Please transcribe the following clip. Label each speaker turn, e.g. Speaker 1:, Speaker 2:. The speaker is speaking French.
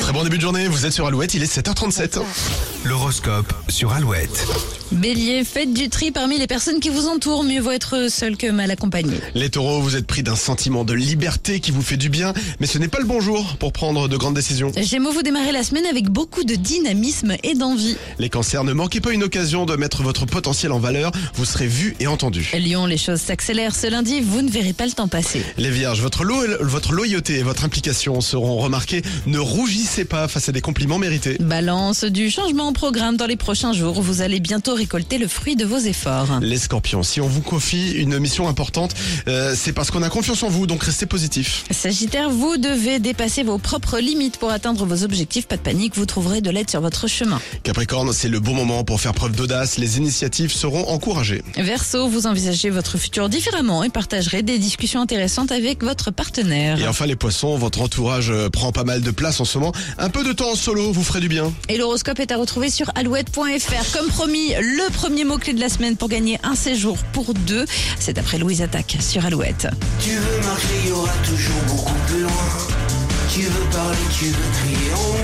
Speaker 1: Très bon début de journée, vous êtes sur Alouette, il est 7h37.
Speaker 2: L'horoscope sur Alouette.
Speaker 3: Bélier, faites du tri parmi les personnes qui vous entourent. Mieux vaut être seul que mal accompagné.
Speaker 1: Les taureaux, vous êtes pris d'un sentiment de liberté qui vous fait du bien, mais ce n'est pas le bon jour pour prendre de grandes décisions.
Speaker 3: Gémeaux, vous démarrez la semaine avec beaucoup de dynamisme et d'envie.
Speaker 1: Les cancers, ne manquez pas une occasion de mettre votre potentiel en valeur, vous serez vu et entendu.
Speaker 3: Lyon, les choses s'accélèrent. Ce lundi, vous ne verrez pas le temps passer.
Speaker 1: Les vierges, votre, lo- votre loyauté et votre implication seront remarquées, ne rougissez pas face à des compliments mérités.
Speaker 3: Balance du changement en programme dans les prochains jours. Vous allez bientôt récolter le fruit de vos efforts.
Speaker 1: Les scorpions, si on vous confie une mission importante, euh, c'est parce qu'on a confiance en vous, donc restez positif.
Speaker 3: Sagittaire, vous devez dépasser vos propres limites pour atteindre vos objectifs. Pas de panique, vous trouverez de l'aide sur votre chemin.
Speaker 1: Capricorne, c'est le bon moment pour faire preuve d'audace, les initiatives seront encouragées.
Speaker 3: Verseau, vous envisagez votre futur différemment et partagerez des discussions intéressantes avec votre partenaire.
Speaker 1: Et enfin les poissons, votre entourage euh, prend pas mal de place en ce moment. Un peu de temps en solo vous ferait du bien.
Speaker 3: Et l'horoscope est à retrouver sur alouette.fr. Comme promis, le premier mot-clé de la semaine pour gagner un séjour pour deux, c'est après Louise Attaque sur Alouette.
Speaker 4: Tu veux marcher, il y aura toujours beaucoup plus loin. Tu veux parler, tu veux crier, on